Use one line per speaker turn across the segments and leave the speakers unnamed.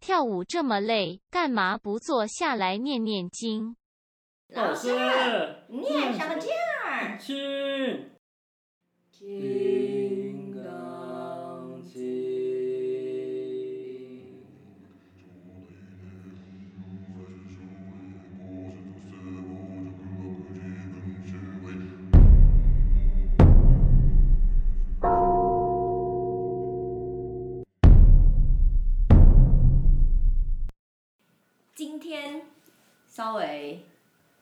跳舞这么累，干嘛不坐下来念念经？
老师，
念什么经儿？
经
金刚经，
今天稍微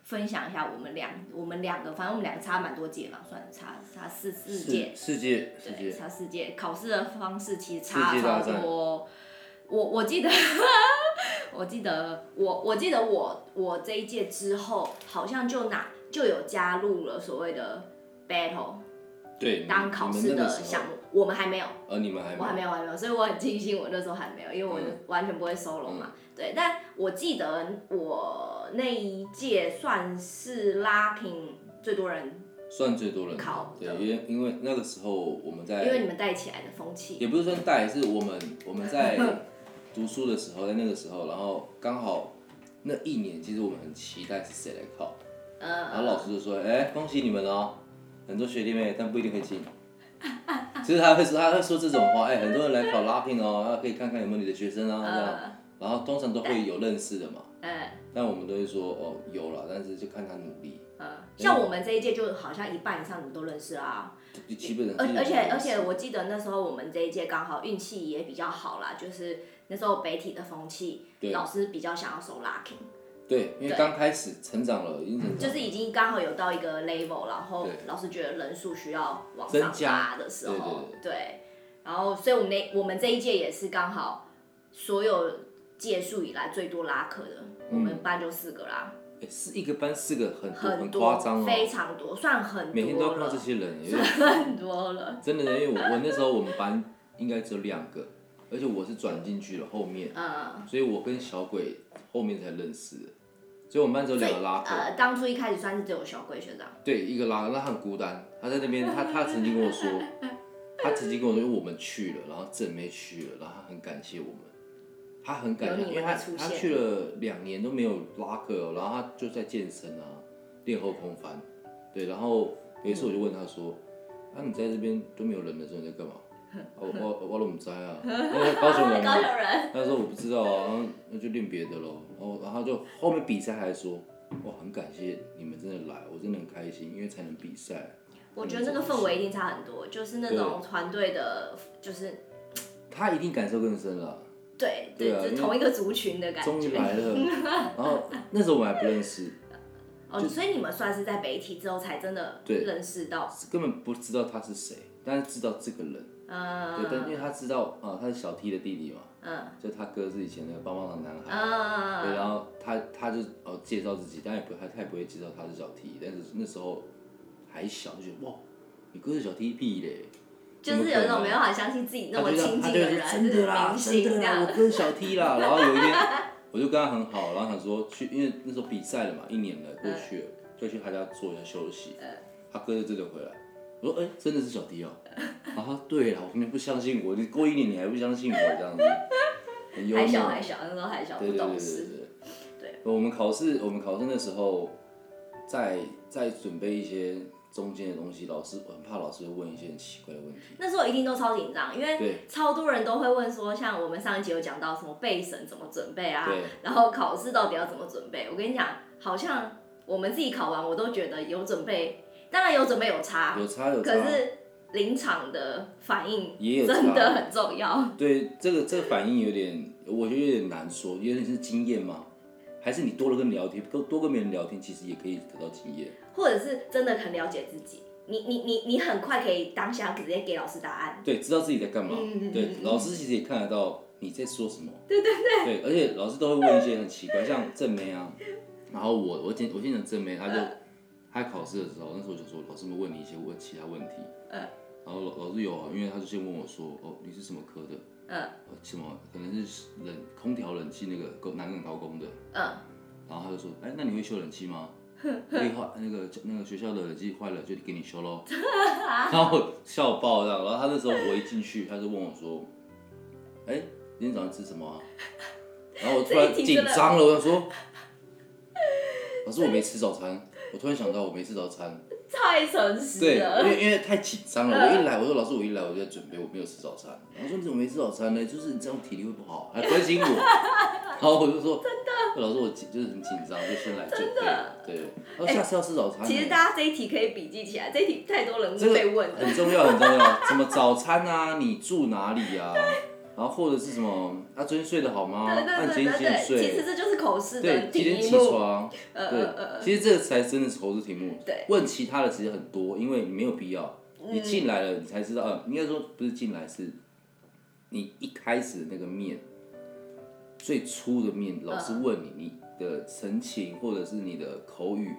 分享一下我们两我们两个，反正我们两个差蛮多届嘛，算差差四四届，
世界世
对，
界
差四届。考试的方式其实差
世界大
超
战
多。我我记得， 我记得我我记得我我这一届之后，好像就哪就有加入了所谓的 battle
对，
当考试的项目，我们还没有。
目，而你们还
我还没
有
有，我还没有，所以我很庆幸我那时候还没有，因为我
嗯
完全不会 solo 嘛。对，但我记得我那一届算是 locking 最多人，
算最多人
考
对，
的
因为因为那个时候我们在
因为你们带起来的风气。
也不是说带，是我们我们在读书的时候，在那个时候，然后刚好那一年，其实我们很期待是谁来考，然后
呃，
老师就说：“哎、恭喜你们哦，很多学弟妹，但不一定会进。”其实他会说，他会说这种话，哎、很多人来考拉聘哦，啊可以看看有没有你的学生啊，这样，
呃，
然后通常都会有认识的嘛，
呃，
但我们都会说哦有了，但是就看他努力，
呃，像我们这一届就好像一半以上你们都认识啊。
就基本上
而
基本上
而且
都
而
是
且我记得那时候我们这一届刚好运气也比较好啦，就是那时候北体的风气，
对
老师比较想要手 locking。
对，因为
对
刚开始成长了，已经成长了，
就是已经刚好有到一个 level，然后
对
老师觉得人数需要往
增
上
加
爬的时候，对，然后所以我们那我们这一届也是刚好所有届数以来最多拉客的，我们班就四个啦，
哎是一个班四个很多
很
夸张哦，
非常多，算很
每天都要
多
看到这
了，
些人，有点
算很多了，
真的，因为我我那时候我们班应该只有两个，而且我是转进去了后面，
嗯。
所以我跟小鬼后面才认识的，所以我们班只有
所以
两个拉客，
呃，当初一开始算是只有小鬼学长，
对，一个拉客，那他很孤单，他在那边，他他曾经跟我 说，他曾经跟我说，因为我们去了，然后郑没去了，然后他很感谢我们，他很感
有
谢，
你
因为他
们的出
他
现
去了两年都没有拉客哦，然后他就在健身啊，练后空翻，对，然后有一次我就问他说，那、你在这边都没有人的时候你在 干嘛？啊我我我都不知道啊，因为高雄人嘛
高雄人，
他说我不知道啊，然后那就练别的喽。然后然后就后面比赛还说，哇，很感谢你们真的来，我真的很开心，因为才能比赛。
我觉得那个氛围一定差很多，就是那种团队的，就是
他一定感受更深了，
对
对啊
就是
因为
同一个族群的感觉。
终于来 了。然后那时候我们还不认识，
哦，所以你们算是在北体之后才真的
对
认识到，
根本不知道他是谁，但是知道这个人。
嗯
对，但因为他知道啊、他是小 T 的弟弟嘛，
嗯
就他哥是以前那个棒棒糖男孩。对，啊
嗯，
然后他他就哦介绍自己，但也不他他也不会介绍他是小 T，但是那时候还小，就觉得哇，你哥是小 T 屁嘞，
就是有一种没办法相信自己那
他
么
就
亲
他
近
就
人
说真
是
的啦，真
明星
的
这
啦，
样
我，哥是小 T 啦，然后有一天我就跟他很好，然后想说去，因为那时候比赛了嘛，一年了过去了，就去他家坐一下休息，
呃
他哥就真的回来，我说哎、真的是小 T 哦，然后他对了，我们不相信我，你过一年你还不相信我这样子，很幽
还小
默。
还小，那时候还小
对
不
对对
懂
对
事，
对
对。
我们考试，我们考试的时候，在在准备一些中间的东西，老师我很怕老师会问一些很奇怪的问题。
那时候一定都超紧张，因为
对
超多人都会问说，像我们上一集有讲到什么备审怎么准备啊
对，
然后考试到底要怎么准备？我跟你讲，好像我们自己考完，我都觉得有准备，当然有准备有差，
有差有差，
可是临场的反应
也有差
真的很 重要。
对这个这个反应有点，我觉得有点难说，有点是经验吗？还是你多了跟聊天，多多跟别人聊天，其实也可以得到经验。
或者是真的很了解自己，你你你你很快可以当下直接给老师答案。
对，知道自己在干嘛。
嗯嗯嗯
对，老师其实也看得到你在说什么。对对对。对，而且老师都会问一些很奇怪，像正妹啊，然后我我记我记得正妹，她就
嗯
她考试的时候，那时候我就说老师们问你一些问其他问题。
嗯
然后老老师有啊，因为他就先问我说，哦，你是什么科的？
嗯
呃什么可能是冷空调冷气那个工南港高工的。
嗯，
然后他就说，哎，那你会修冷气吗？会坏那个那个学校的冷气坏了就给你修喽。然后我笑爆这样，然后他那时候我一进去，他就问我说，哎，今天早上吃什么啊？然后我突然
这一题
紧
真的
张了，我想说，老师我没吃早餐，我突然想到我没吃早餐，
太诚实
对，
了。嗯
因为因为太紧张了，我一来我说老师我一来我就在准备我没有吃早餐，然后说你怎么没吃早餐呢？就是你这样体力会不好，还关心我， 然后我就说真的，老师我紧就是很紧张，就先来准备，对，然后下次要吃早餐呢，
哎其实大家这一题可以笔记起来，这一题太多人
这
被
个
问了。
很重要，很重要。什么早餐啊？你住哪里啊？然后或者是什么？啊，昨天睡得好吗？
对
啊，
对
你
对
今天
对
几点
对，其实
睡？
这就是口试的
对，几点
呃题
起啊
目。
床？
呃
对
呃呃，，
其实这个才真的是投资题目。
对
问其他的其实很多，因为你没有必要。你
嗯
进来了，你才知道，呃，应该说不是进来，是你一开始那个面最粗的面，老
嗯
师问你你的神情或者是你的口语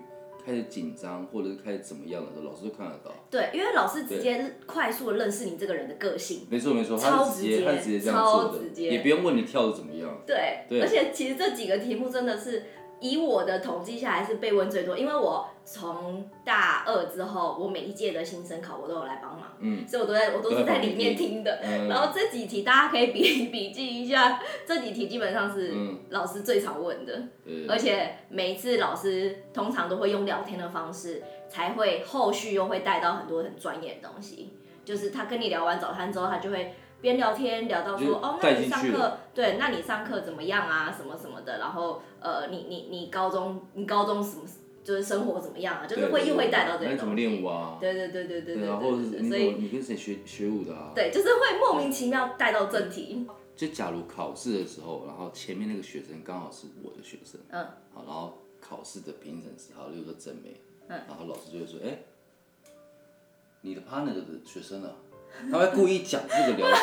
开始紧张，或者是开始怎么样的时候，老师都看得到。
对，因为老师直接快速的认识你这个人的个性。
没错没错，他
超
是直接
直接
他是直接这样做
超
的
直，接
也不用问你跳的怎么样。
对，
对
而且其实这几个题目真的是以我的统计下来是被问最多，因为我从大二之后，我每一届的新生考我都有来帮忙，
嗯，
所以我都在我都
都在
是在
旁边
里面
听
听的。
嗯
然后这几题大家可以笔 笔记一下，这几题基本上是
嗯
老师最常问的。
对
而且每一次老师通常都会用聊天的方式，才会后续又会带到很多很专业的东西。就是他跟你聊完早餐之后，他就会边聊天聊到
就
说，哦，那
带
你
进
上
去
课
了
对，那你上课怎么样啊，什么什么的。然后呃，你你你高中你高中什么就是生活怎么样啊，就是
对
会
对
又会
对
带到这
那
些
你怎么
东西。
练舞啊？
对对对对对
啊，或者是
对
你怎么
所以
你跟谁学学舞的啊？
对，就是会莫名其妙带到正题。
就假如考试的时候，然后前面那个学生刚好是我的学生，
嗯
好，然后考试的评审是好，例如说郑梅，
嗯
然后老师就会说，哎、你的 partner 的学生啊，他会故意讲这个聊天，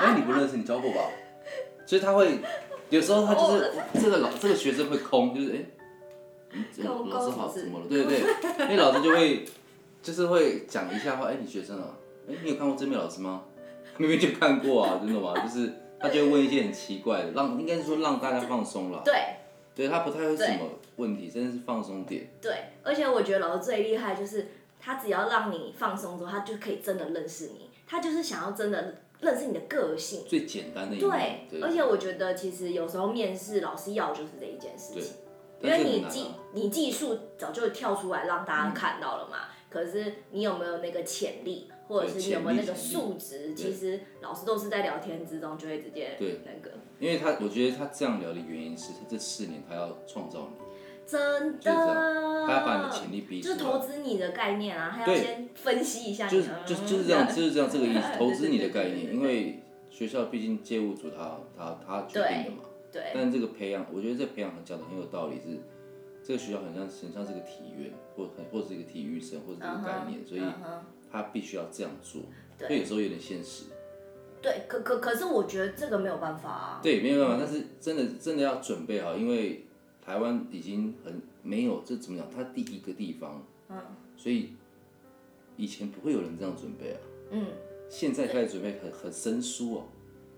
哎、你不认识，你教过吧？所以他会有时候他就是、这个老这个学生会空，就是哎、嗯这
空
老师
空
好
是不是
怎么了？对对对，因为老师就会就是会讲一下话，哎、你学生啊，哎、你有看过真美老师吗？明明就看过啊，真的吗？就是他就会问一些很奇怪的，让应该是说让大家放松啦。
对，
对他不太会什么问题，真的是放松点。
对，而且我觉得老师最厉害就是他只要让你放松之后，他就可以真的认识你，他就是想要真的认识你的个性。
最简单的一面
对，，
嗯对，
而且我觉得其实有时候面试老师要就是这一件事
对
情，因
但
为
是很
你
难
技
啊。
你技术早就跳出来让大家看到了嘛，可是你有没有那个潜力，或者是
对
你有没有那
潜
个
力
素质，
对
其实老师都是在聊天之中就会直接
对
那个，
因为他，我觉得他这样聊的原因是他这四年他要创造你，
真
就是这
的，
他要把你的潜力逼出
就是
来。
投资你的概念啊，他要
对
先分析一下
就
你
是
的，
就是就是这样，
嗯。
就是这样这个意思投资你的
对
概
对对
念，
对
因为学校毕竟业务组他他他决定的嘛。
嗯对，
但这个培养，我觉得这培养很讲的很有道理是，这个学校很像很像是个体院，或很或是一个体育生，或是一个概念，所以
嗯哼
他必须要这样做。
对
所以有时候有点现实，
对，可可可是我觉得这个没有办法啊。
对，没有办法。但是真的真的要准备好，因为台湾已经很没有这怎么讲，它第一个地方，嗯，所以以前不会有人这样准备啊。
嗯，
现在开始准备很很生疏哦、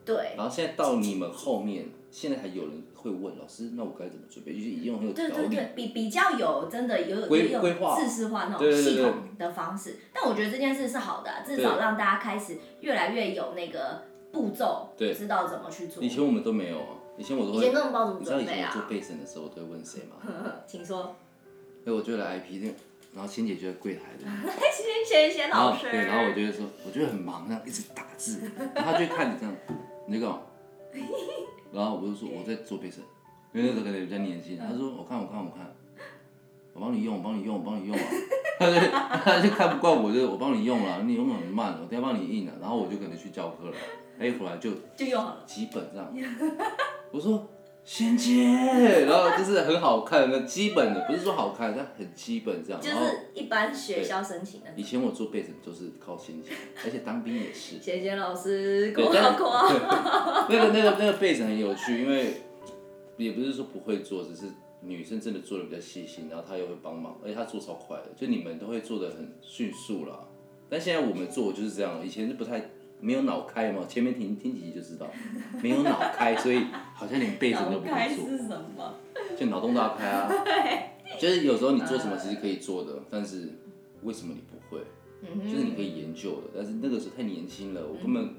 对，
然后现在到你们后面，现在还有人会问老师，那我该怎么准备？就是已经很有条理，
对对对，比比较有真的有有
规
一种
规划
制式化那
对
种
对对
系统的方式。但我觉得这件事是好的啊、至少
对
让大家开始越来越有那个步骤，
对
知道怎么去做。
以前我们都没有啊，以前我都
以
会，
前根本不知道怎么
你知道
准
以
备
前我做
啊。嗯
备审的时候，我都会问谁吗？
请说，
因为我就来 IP 那，然后仙姐就在柜台 的，
谢谢谢
然
老
后
师。
啊对，然后我就会说，我就会很忙，那样一直打字，然后他就会看你这样，你在干嘛？然后我就说我在做备审，因为那时候可能比较年轻，他说我看我看我看，我帮你用，我帮你用，我帮你用啊。他就 他就看不惯我，就我帮你用了，你用的很慢，我等一下帮你印了，啊然后我就可能去教课了。他一回来就
就用好了。
几本这样。我说仙姐，然后就是很好看的基本的，不是说好看，但很基本这样。
就
然后
是一般学校申请的。
以前我做备审都是靠仙姐，而且当兵也是。
谢谢老师，
对
括，
但
号括号。
那个那个那个备审很有趣，因为也不是说不会做，只是女生真的做的比较细心，然后她又会帮忙，而且她做超快的，就你们都会做的很迅速啦。但现在我们做就是这样，以前是不太没有脑开嘛，前面听听几集就知道没有脑开，所以好像连备审 都不
开
会做。
是什么？
就脑洞大开啊。就是有时候你做什
嗯
么其实可以做的，但是为什么你不会？
嗯
就是你可以研究的，但是那个时候太年轻了，我根本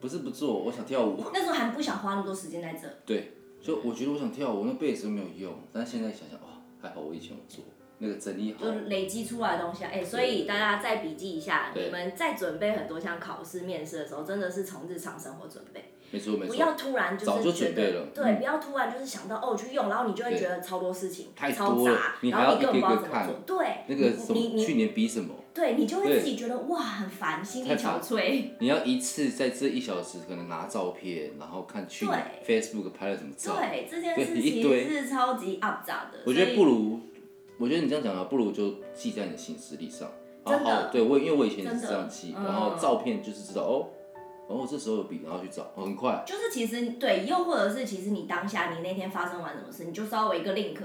不是不做，我想跳舞。
那时候还不想花那么多时间在这。
对，就我觉得我想跳舞，那贝斯都没有用，但是现在想想，哇，还好我以前有做那个整理好
就，累积出来的东西啊。哎、所以大家再笔记一下，
对
你们在准备很多像考试、面试的时候，真的是从日常生活准备，
没错没
不
错，
要突然
早
就
就是
觉
准备
得
了
对，
嗯
不要突然就是想到哦去用，然后你就会
对
觉得超多事情，
太
超
多了
杂，
你还
然后
要
你根本
一
不
个一个
知道怎么
看
做。对，
那个什
你
么
你
去年比什么，
对你就会
对
自己觉得哇很烦，心力
太烦
憔悴。
你要一次在这一小时可能拿照片，然后看去年 Facebook 拍了什么照，
对这件
对
事
一
情
堆
是超级 up 炸的，
我觉
所
得
以
不如，我觉得你这样讲啊，不如就记在你的行事历上，
真
好
的
好对我，因为我以前也是
真的
这样记，
嗯
然后照片就是知道哦，哦这时候有笔，然后去找，哦很快，
就是其实对，又或者是其实你当下你那天发生完什么事，你就稍微一个 link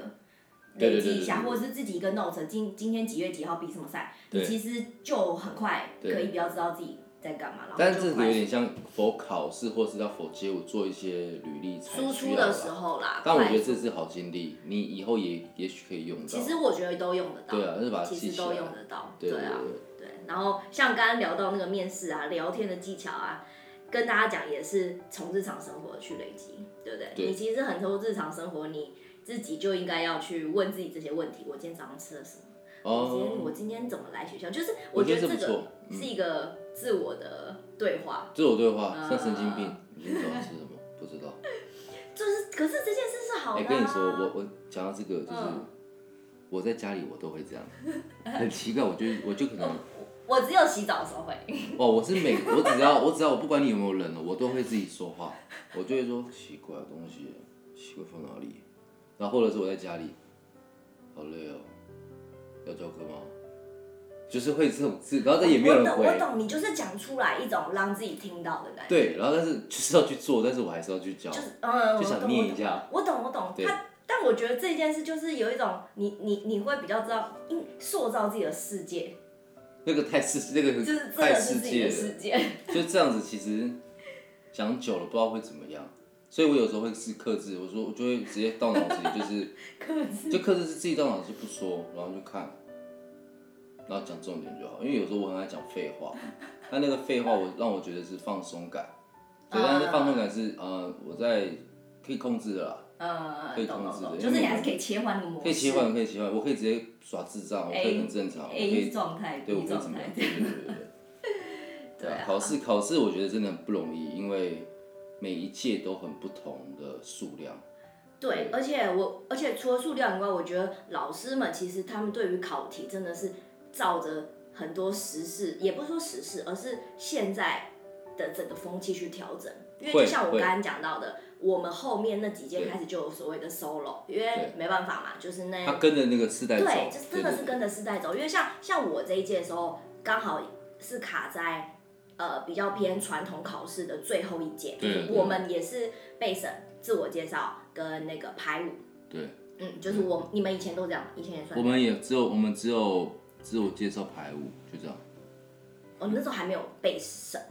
对
累
对对
积一下，
对对
或者是自己一个 note，今今天几月几号比什么赛，你
对
其实就很快
对
可以比较知道自己在干嘛，然
但
后
是
就
这个有
快
点像否考试或是要否街舞做一些履历才
输
需
出
要啦
的时，候啦。
但我觉得
快
这是好经历，你以后也也许可以用到。
其实我觉得都用得到，
对啊就是把它
其
记
实
起
都
来
用得到，
对
啊。
对
对，然后像刚刚聊到那个面试啊、聊天的技巧啊，跟大家讲也是从日常生活去累积，对不对？
对
你其实很多日常生活，你自己就应该要去问自己这些问题：我今天早上吃了什么？我今天我
哦，
今天怎么来学校？就是
我
觉
觉
得
得
这
这不
个
错嗯
是一个自我的对话，
自我对话像神经病
啊，
你今天早上吃什么？不知
嗯
道。
就是可是这件事是好
哎、
的、啊
跟你说，我我讲到这个，就是、
嗯
我在家里我都会这样，很奇怪，我就我啊就可能，
我只有洗澡的时候会，
哇，哦我是每我只要我只要我不管你有没有人了，我都会自己说话，我就会说奇怪的东西，奇怪放哪里，然后或者是我在家里，好累哦，要教课吗？就是会这种字，然后但也没有
我
人
懂
回
我，懂，你就是讲出来一种让自己听到的感觉。
对，然后但是就是要去做，但是我还是要去教，
就是嗯，
就想
我懂
念一下
我懂，我懂，我懂。
对
他，但我觉得这件事就是有一种你你你会比较知道，因塑造自己的世界，
那个太世那个
就是这
太
个是
世
自己
界
的
了。
世界。
就这样子，其实讲久了不知道会怎么样，所以我有时候会是克制，我说我就会直接到脑子里，就是
克 制
就克制是自己到脑子不说，然后就看，然后讲重点就好，因为有时候我很爱讲废话，但那个废话我让我觉得是放松感，所以但是放松感是呃我在可以控制的啦，
呃
可，以
懂
控
懂
制的
懂，
因为
就是你还是可以切换那个模式，
可以切换可以切换，我可以直接耍智障，我可以很正常，我可
A
以
状态
对我
B
可以
状
怎么样
态，，
对对对对对。
对啊，
考试考试，我觉得真的很不容易，因为每一届都很不同的数量。
对，而且我而且除了数量以外，我觉得老师们其实他们对于考题真的是照着很多时事，也不是说时事，而是现在的整个风气去调整。因为就
会
像我
会
刚刚讲到的，我们后面那几届
对
开始就有所谓的 solo，因为没办法嘛，就是那
他跟着那个世代走，
对，就是真的是
对
跟着世代走。因为像像我这一届的时候，刚好是卡在呃比较偏传统考试的最后一届，
对对
我们也是备审、自我介绍跟那个排舞。
对对
嗯，就是我你们以前都这样，以前也算。
我们也只有我们只有只有介绍排舞，就这样。
哦，你那时候还没有被审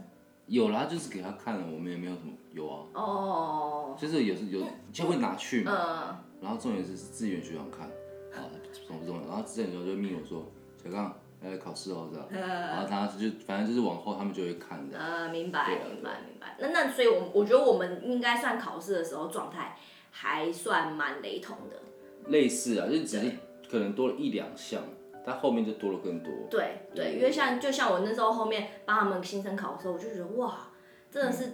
有啦，就是给他看了，我们也没有什么有啊，
哦。
就是有时有就会拿去嘛。
呃，
然后重点是是志远学长看，啊，重不重要？然后志远学长就密我说，小刚要来考试哦，这样。
嗯
然后他就反正就是往后他们就会看的。
呃，明白
对啊
明白明白。那那所以我，我觉得我们应该算考试的时候状态还算蛮雷同的。
类似啊，就是只是
对
可能多了一两项，但后面就多了更多。
对对，
嗯
因为像就像我那时候后面帮他们新生考的时候，我就觉得哇，真的是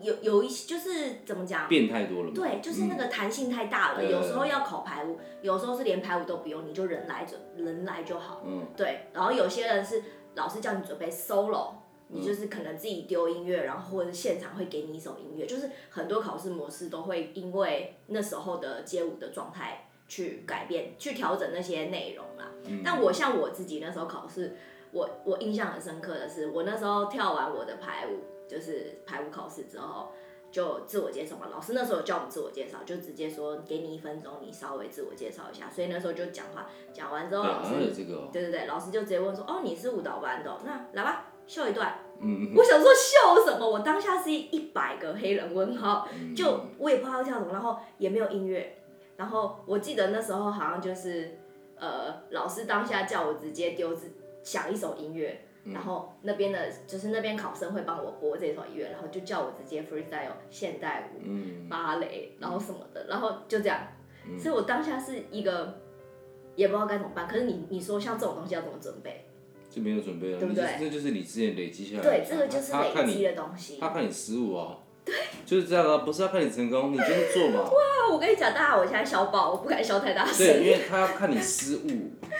有有一些就是怎么讲？
嗯变太多了嘛。
对，就是那
嗯、
个弹性太大了，
对
有时候要考排舞，有时候是连排舞都不用，你就人来就人来就好。
嗯，
对，然后有些人是老师叫你准备 solo，你
嗯
就是可能自己丢音乐，然后或者现场会给你一首音乐，就是很多考试模式都会因为那时候的街舞的状态去改变、去调整那些内容啦。
嗯
但我像我自己那时候考试，我我印象很深刻的是，我那时候跳完我的排舞，就是排舞考试之后。就自我介绍嘛，老师那时候叫我们自我介绍，就直接说给你一分钟，你稍微自我介绍一下。所以那时候就讲话，讲完之后，
对，
老
好像
师
有这个、哦。
对对对，老师就直接问说：“哦，你是舞蹈班的哦、那来吧，秀一段。
嗯，嗯
我想说秀什么？我当下是一百个黑人问号，
嗯
就我也不知道要跳什么，然后也没有音乐，然后我记得那时候好像就是呃，老师当下叫我直接丢自想一首音乐，
嗯
然后那边的就是那边考生会帮我播这首音乐，然后就叫我直接 freestyle 现代舞、
嗯，
芭蕾，然后什么的，然后就这样。所以我当下是一个也不知道该怎么办。可是你你说像这种东西要怎么准备？
就没有准备了，
对不对
你就是这就是你之前累积下来的。
对，这个就是
他他
累
看
积
你，
的东西。
他看你失误啊，对，就是这样啊，不是要看你成功，你就是做嘛。
啊，我跟你讲，大家我现在笑爆，我不敢笑太大
对，因
声。
为他要看你失误，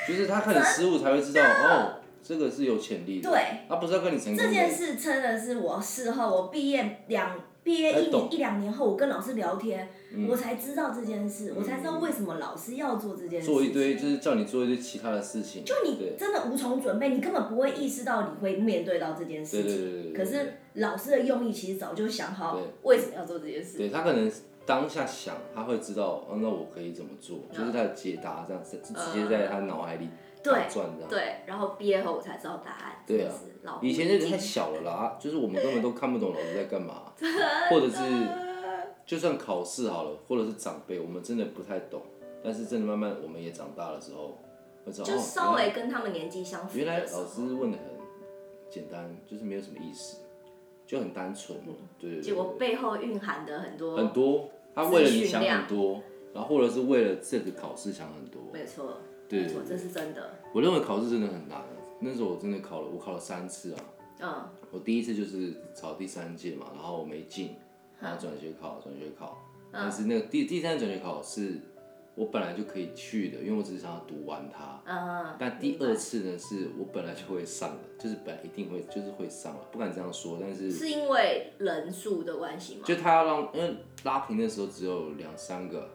就是他看你失误才会知道哦，这个是有潜力的。
对，
他不是要看你成功
这件
的。
事真的是我事后，我毕业两毕业
哎
一
懂嗯
年一两年后，我跟老师聊天，我才知道这件事，我才知道为什么老师要做这件事。
做一堆就是叫你做一堆其他的事情，
就你
对
真的无从准备，你根本不会意识到你会面对到这件事情。
对对对对对
可是老师的用意其实早就想好
对
为什么要做这件事。
对他可能当下想，他会知道，哦，那我可以怎么做，就是他的解答这样子，就直接在他脑海里打转这样。
对，然后毕业后我才知道答案。
对啊
真的是老
以前那个
古
太
今
小了
哦
啦， 就是我们根本都看不懂老师在干 嘛，或者是就算考试好了，或者是长辈，我们真的不太懂。但是真的慢慢我们也长大的时候，会知道
就
哦
稍微跟他们年纪相符
原来
的
原来
时候
老师问的很简单，就是没有什么意思，就很单纯，对对对。
嗯结果
对
背后蕴含的很多
很多，他为了你想很多，然后或者是为了这个考试想很多，
没错，
对
没错，这是真的。
我认为考试真的很难。那时候我真的考了，我考了三次啊。
嗯，
我第一次就是考第三届嘛，然后我没进，然后转学考，转学考。
嗯
但是那个第第三次转学考是我本来就可以去的，因为我只是想要读完它。
嗯
但第二次呢，是我本来就会上的，就是本来一定会，就是会上了，不敢这样说，但是
是因为人数的关系吗？
就他要让，因为拉平的时候只有两三个，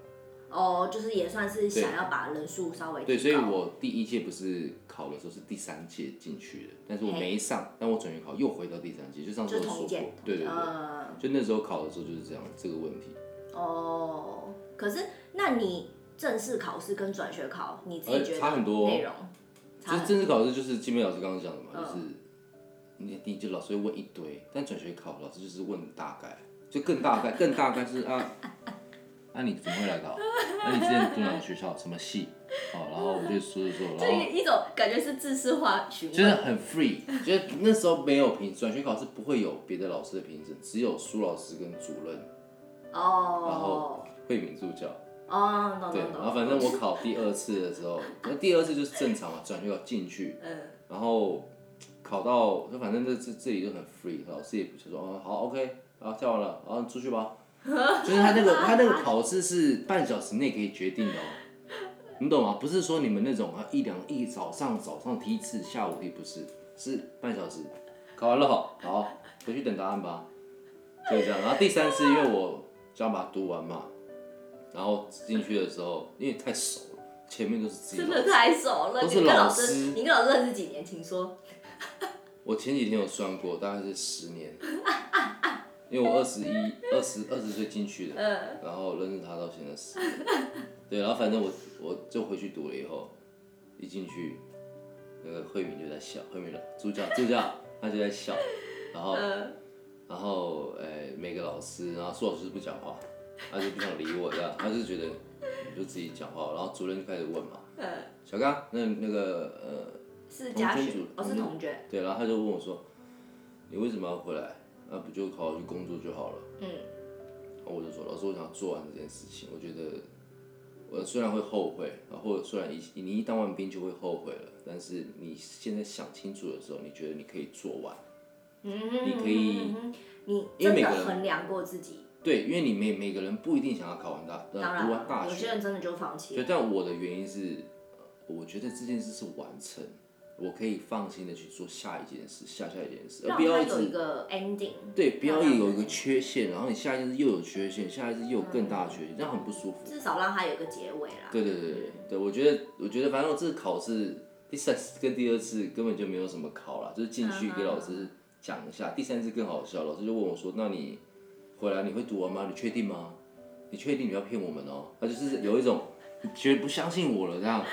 哦，就是也算是想
对
要把人数稍微
对，所
提
以
高
我第一届不是考的时候是第三届进去的，但是我没上，但我转学考又回到第三届，就上次
就
我
是同
说
一
过
届，，
对对对，
嗯
就那时候考的时候就是这样这个问题。
哦，可是那你正式考试跟转学考，你自己
哎
觉得
差很多哦
内容
就
差
是
很多
正式考试就是金梅老师刚刚讲的嘛，
嗯
就是你你就老师会问一堆，但转学考老师就是问大概，就更大概更大概是啊，那、你怎么会来搞？那、你之前读哪个学校什么系？哦，然后我就说说说，
就
然后
一一种感觉是知识化询
就是
问，
很 free，就是那时候没有评转学考试不会有别的老师的评审，只有苏老师跟主任，然后
哦
慧敏助教。
哦，懂
对，
懂
然后
懂，
反正我考第二次的时候，那第二次就是正常嘛，转学考进去，
嗯
然后考到就反正这这这里就很 free，老师也不是说哦好 OK，然后跳完了，然后出去吧。就是他那个他那个考试是半小时内可以决定的哦，你懂吗？不是说你们那种啊一两一早上早上提一次，下午提不是，是半小时。考完了好，好回去等答案吧，就这样。然后第三次因为我想把它读完嘛，然后进去的时候因为太熟了，前面都是自己
真
老
的太熟了。
都
你
是
跟老
老
师
师，
你跟老师认识几年？请说。
我前几天有算过，大概是十年，因为我二十一、二十二十岁进去的，
嗯，
然后认识他到现在十年，对，然后反正我我就回去读了以后，一进去，那个慧敏就在笑，慧敏了，助教助教他就在笑，然后、
呃
然后呃、每个老师，然后苏老师不讲话，他就不想理我这样，他就觉得你就自己讲话，然后主任就开始问嘛，小刚那那个呃。
呃是家
同
学
居，
哦，是同学，
对，然后他就问我说：“你为什么要回来？那不就好好去工作就好了？”
嗯，
然后我就说：“老师，我想做完这件事情，我觉得我虽然会后悔，然后虽然一你一当完兵就会后悔了，但是你现在想清楚的时候，你觉得你可以做完。
你
你可以
你
因为
真
每
的
个人
衡量过自己，
对，因为你每每个人不一定想要考完大，
当
呃，读完大
然，有些
学。
人真的就放弃
对，
了。
但我的原因是，呃我觉得这件事是完成，我可以放心的去做下一件事，下下一件事，而
让
不要
他
一直
有一个 ending，
对，不要有一个缺陷，然后你下一次又有缺陷，下一次又有更大的缺陷，这样很不舒服。
至少让他有个结尾啦。
对对对对对，我觉得我觉得反正我这次考试第三次跟第二次根本就没有什么考了，就是进去给老师讲一下。第三次更好笑，老师就问我说：“那你回来你会读完吗？你确定吗？你确定你不要骗我们哦？”他就是有一种你觉得不相信我了这样。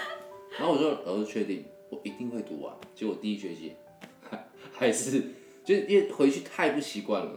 然后我说：“老师确定，我一定会读完。”结果第一学期 还是就是因为回去太不习惯了，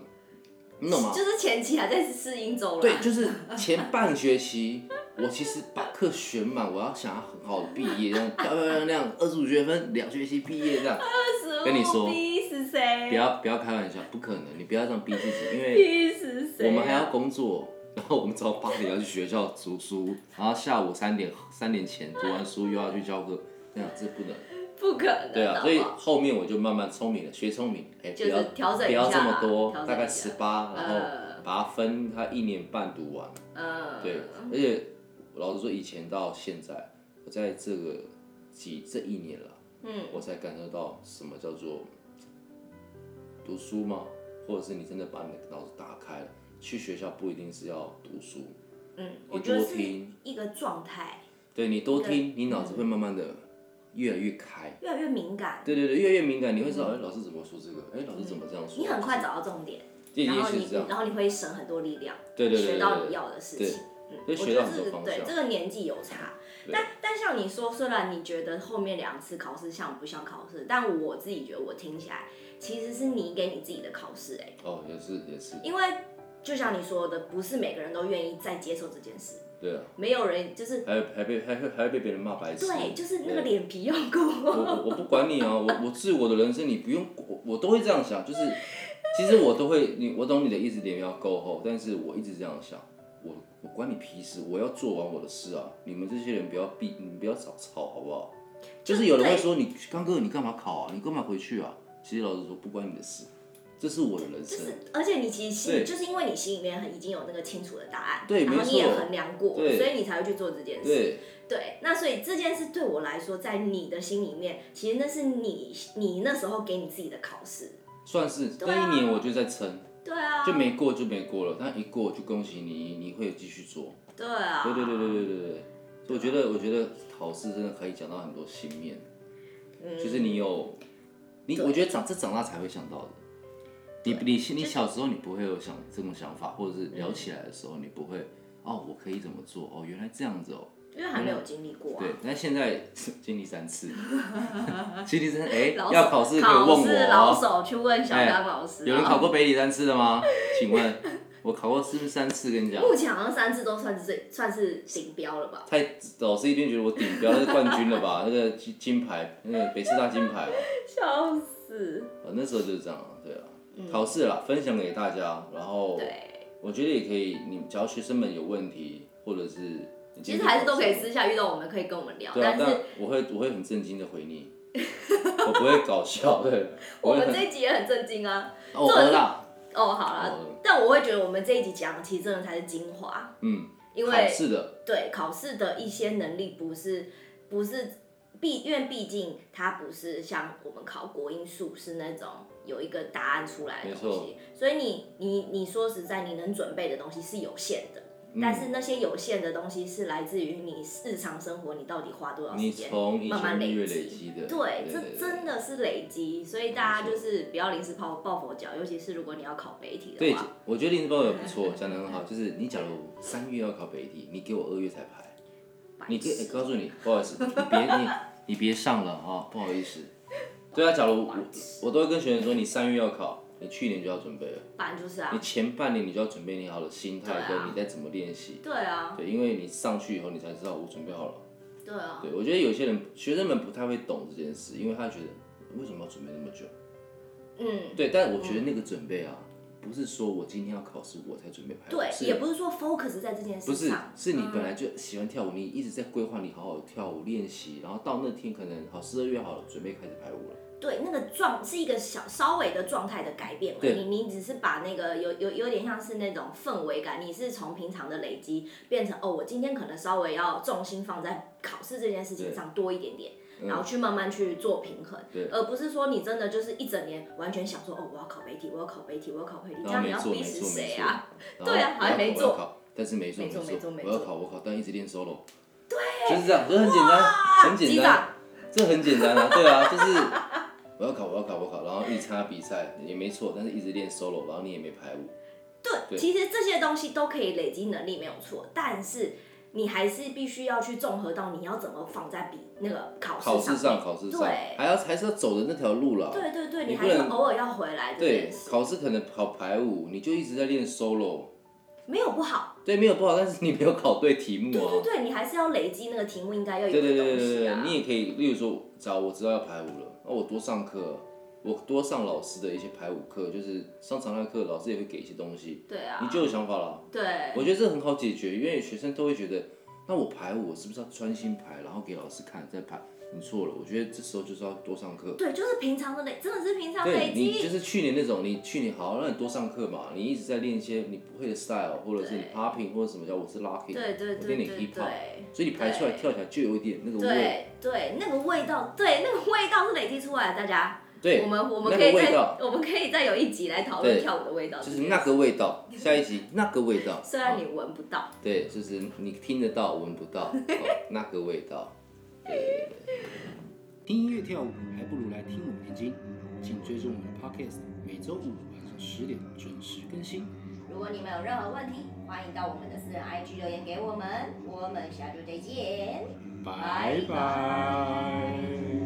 你懂吗？
就是前期还在适应中啦。
对，就是前半学期，我其实把课选满，我要想要很好的毕业，这样漂漂亮亮，二十五学分，两学期毕业这样。
是我
跟你说
逼死谁？
不要不要开玩笑，不可能，你不要这样逼自己，因为
逼死谁啊、
我们还要工作，然后我们早八点要去学校读书，然后下午三点三点前读完书又要去教课，这样这不能。
不可能，
对啊，
好
所以
不好
后面我就慢慢聪明了，学聪明，哎、
哦就
不要
是调整
不
一
要
下
这么
啦
多
调，整
大概
一下
十八，然后
呃
把它分，他一年半读完。
嗯，
对，而且老实说，以前到现在，我在这个几这一年了，
嗯，
我才感受到什么叫做读书嘛，或者是你真的把你的脑子打开了，去学校不一定是要读书，
嗯，
你
我觉得
多
是
听
一个状态，
对你多
对
听，你脑子会慢慢的越来越开。
越来越敏感，
对对对，越来越敏感，你会知道，哎、老师怎么说这个？哎、老师怎么这样说？
嗯你很快找到重点，
这
然
也
后
许
你
是这样，
然后你会省很多力量，
对对对对
学到你要的事
对
情。嗯，
会
我
学
觉
到
得
很多
是
方
对
向
这个年纪有差，
对
但但像你说，虽然你觉得后面两次考试像不像考试，但我自己觉得我听起来其实是你给你自己的考试哎、
哦，也是也是，
因为就像你说的，不是每个人都愿意再接受这件事，
对啊，
没有人就是
还有还被还会还会被别人骂白痴，
对，就是那个
对
脸皮 要
我
够。
我我不管你啊，我我是我的人生，你不用我我都会这样想，就是其实我都会你我懂你的意思，脸要够厚，但是我一直这样想，我我关你屁事，我要做完我的事啊，你们这些人不要逼，你们不要吵吵好不好？就是有人会说你刚哥你干嘛考啊，你干嘛回去啊？其实老实说不关你的事，这是我的人生，
而且你其实心
对
里就是因为你心里面很已经有那个清楚的答案，
对
然后
没
你也
错
衡量过，
对
所以你才会去做这件事。
对。
对，那所以这件事对我来说，在你的心里面，其实那是你你那时候给你自己的考试。
算是
对啊
那一年我就在撑，
对啊，
就没过就没过了，但一过就恭喜你，你会继续做。
对啊，
对对对对对对对，所以我觉得我觉得考试真的可以讲到很多心面，
嗯
就是你有你，
对
我觉得长这长大才会想到的。你你你小时候你不会有想这种想法，或者是
嗯
聊起来的时候你不会哦，我可以怎么做哦，原来这样子哦。
因为还没有经历过啊
对。，但现在经历三次，经历三次哎，
老手
要考试可以问
考
我
试老
哦。
手去问小刚老师、啊
有人考？过北理三次的吗？请问，我考过是不是三次？跟你 讲，
目前好像三次都算是最算是顶标了吧？
太老师一定觉得我顶标那是冠军了吧？那 个金金牌，那个北师大金牌，
笑死！
啊，那时候就是这样，对啊。考试啦，分享给大家，然后
嗯对，
我觉得也可以，你只要学生们有问题，或者是你
其实还是都可以
今天
私下遇到我们，可以跟我们聊，
对啊，
但
但
是。
我会我会很震惊的回你， 我不会搞笑，对，
我
会
们
很
这一集也很震惊啊！
哦，我儿啦，
哦，好啦，
哦
但我会觉得我们这一集讲，其实真的才是精华，
嗯，
因
考
为
试的，
对考试的一些能力不是不是毕，因为毕竟它不是像我们考国英数是那种有一个答案出来的东西，所以你你你说实在，你能准备的东西是有限的。
嗯
但是那些有限的东西是来自于你日常生活，你到底花多少时
你
间？
从以
慢慢
前
累
月
积
累积的，
对，这
对
真的是累积，所以大家就是不要临时抱抱佛脚，尤其是如果你要考北体的
对
话，，
我觉得林志报也不错，讲的很好。就是你假如三月要考北体，你给我二月才排，
白
你给、
痴
哎告诉你，不好意思，你别你你别上了啊、不好意思。对啊，假如我我都会跟学生说，你三月要考，你去年就要准备了，
反正就是啊
你，前半年你就要准备你好的心态
对
跟
啊
你在怎么练习。
对啊，
对，因为你上去以后，你才知道我准备好了。
对啊，
对，我觉得有些人学生们不太会懂这件事，因为他觉得为什么要准备那么久？
嗯，
对，但我觉得那个准备啊，不是说我今天要考试我才准备排，
对，
是
也不是说 focus 在这件
不
事
是
上，，
是你本来就喜欢跳舞，你一直在规划你好好跳舞练习，然后到那天可能好十二月好了，准备开始排舞了。
对，那个状是一个小稍微的状态的改变而
对
已，你你只是把那个有有有点像是那种氛围感，你是从平常的累积变成哦，我今天可能稍微要重心放在考试这件事情上多一点点，然后去慢慢去做平衡
嗯对，
而不是说你真的就是一整年完全想说哦，我要考北体，我要考北体，我要考北体，这
然
样
后哦没做
你要逼
没
死
做没
谁
做
啊？，
然
对啊
后我
还
要
没
考
做
我要考，但是没做
没做没做没
我要
做
考我考，但一直练 solo。对，就是这样，这很简单，很
击
简单
掌，，
这很简单啊，对啊，就是我要考我要考我要考，然后一直参加比赛也没错，但是一直练 solo，然后你也没排舞。对
对，其实这些东西都可以累积能力，没有错，但是你还是必须要去综合到你要怎么放在比那个考
考试
试
上，考试上，
对
还要还是要走的那条路啦。
对对对，
你
你
不
还是
能
偶尔要回来这
对
件事，
考试可能考排舞，你就一直在练 solo，
没有不好。
对，没有不好，但是你没有考对题目
对
啊。
对对，你还是要累积那个题目应该要有
对对
的
对
东
对
西
对
啊。
哦你也可以，例如说，假如我知道要排舞了，那我多上课，我多上老师的一些排舞课，就是上常态课，老师也会给一些东西，
对啊，
你就有想法了。
对
我觉得这很好解决，因为学生都会觉得，那我排舞我是不是要专心排，然后给老师看再排？你错了，我觉得这时候就是要多上课。
对，就是平常的累，真的是平常
对
累积。
你就是去年那种，你去年好，那你多上课嘛，你一直在练一些你不会的 style，或者是你
对
popping 或者什么叫我是 locking，
对对
我给
对
你
对
hip hop，
对
所以你排出来
对
跳起来就有一点那个味，
对对，那个味道，对那个味道是累积出来的。大家，
对，
我们我
那
们可
个
以
味
再
道
我们可以再有一集来讨论
对
跳舞的味道。
就是那个味道。下一集那个味道，
虽然
哦
你闻不到，
对，就是你听得到闻不 到、哦那个味道，对。
听音乐跳舞，还不如来听我们念经。请追踪我们的 Podcast，每周五晚上十点准时更新。
如果你们有任何问题，欢迎到我们的私人 IG 留言给我们。我们下周再见。拜
拜拜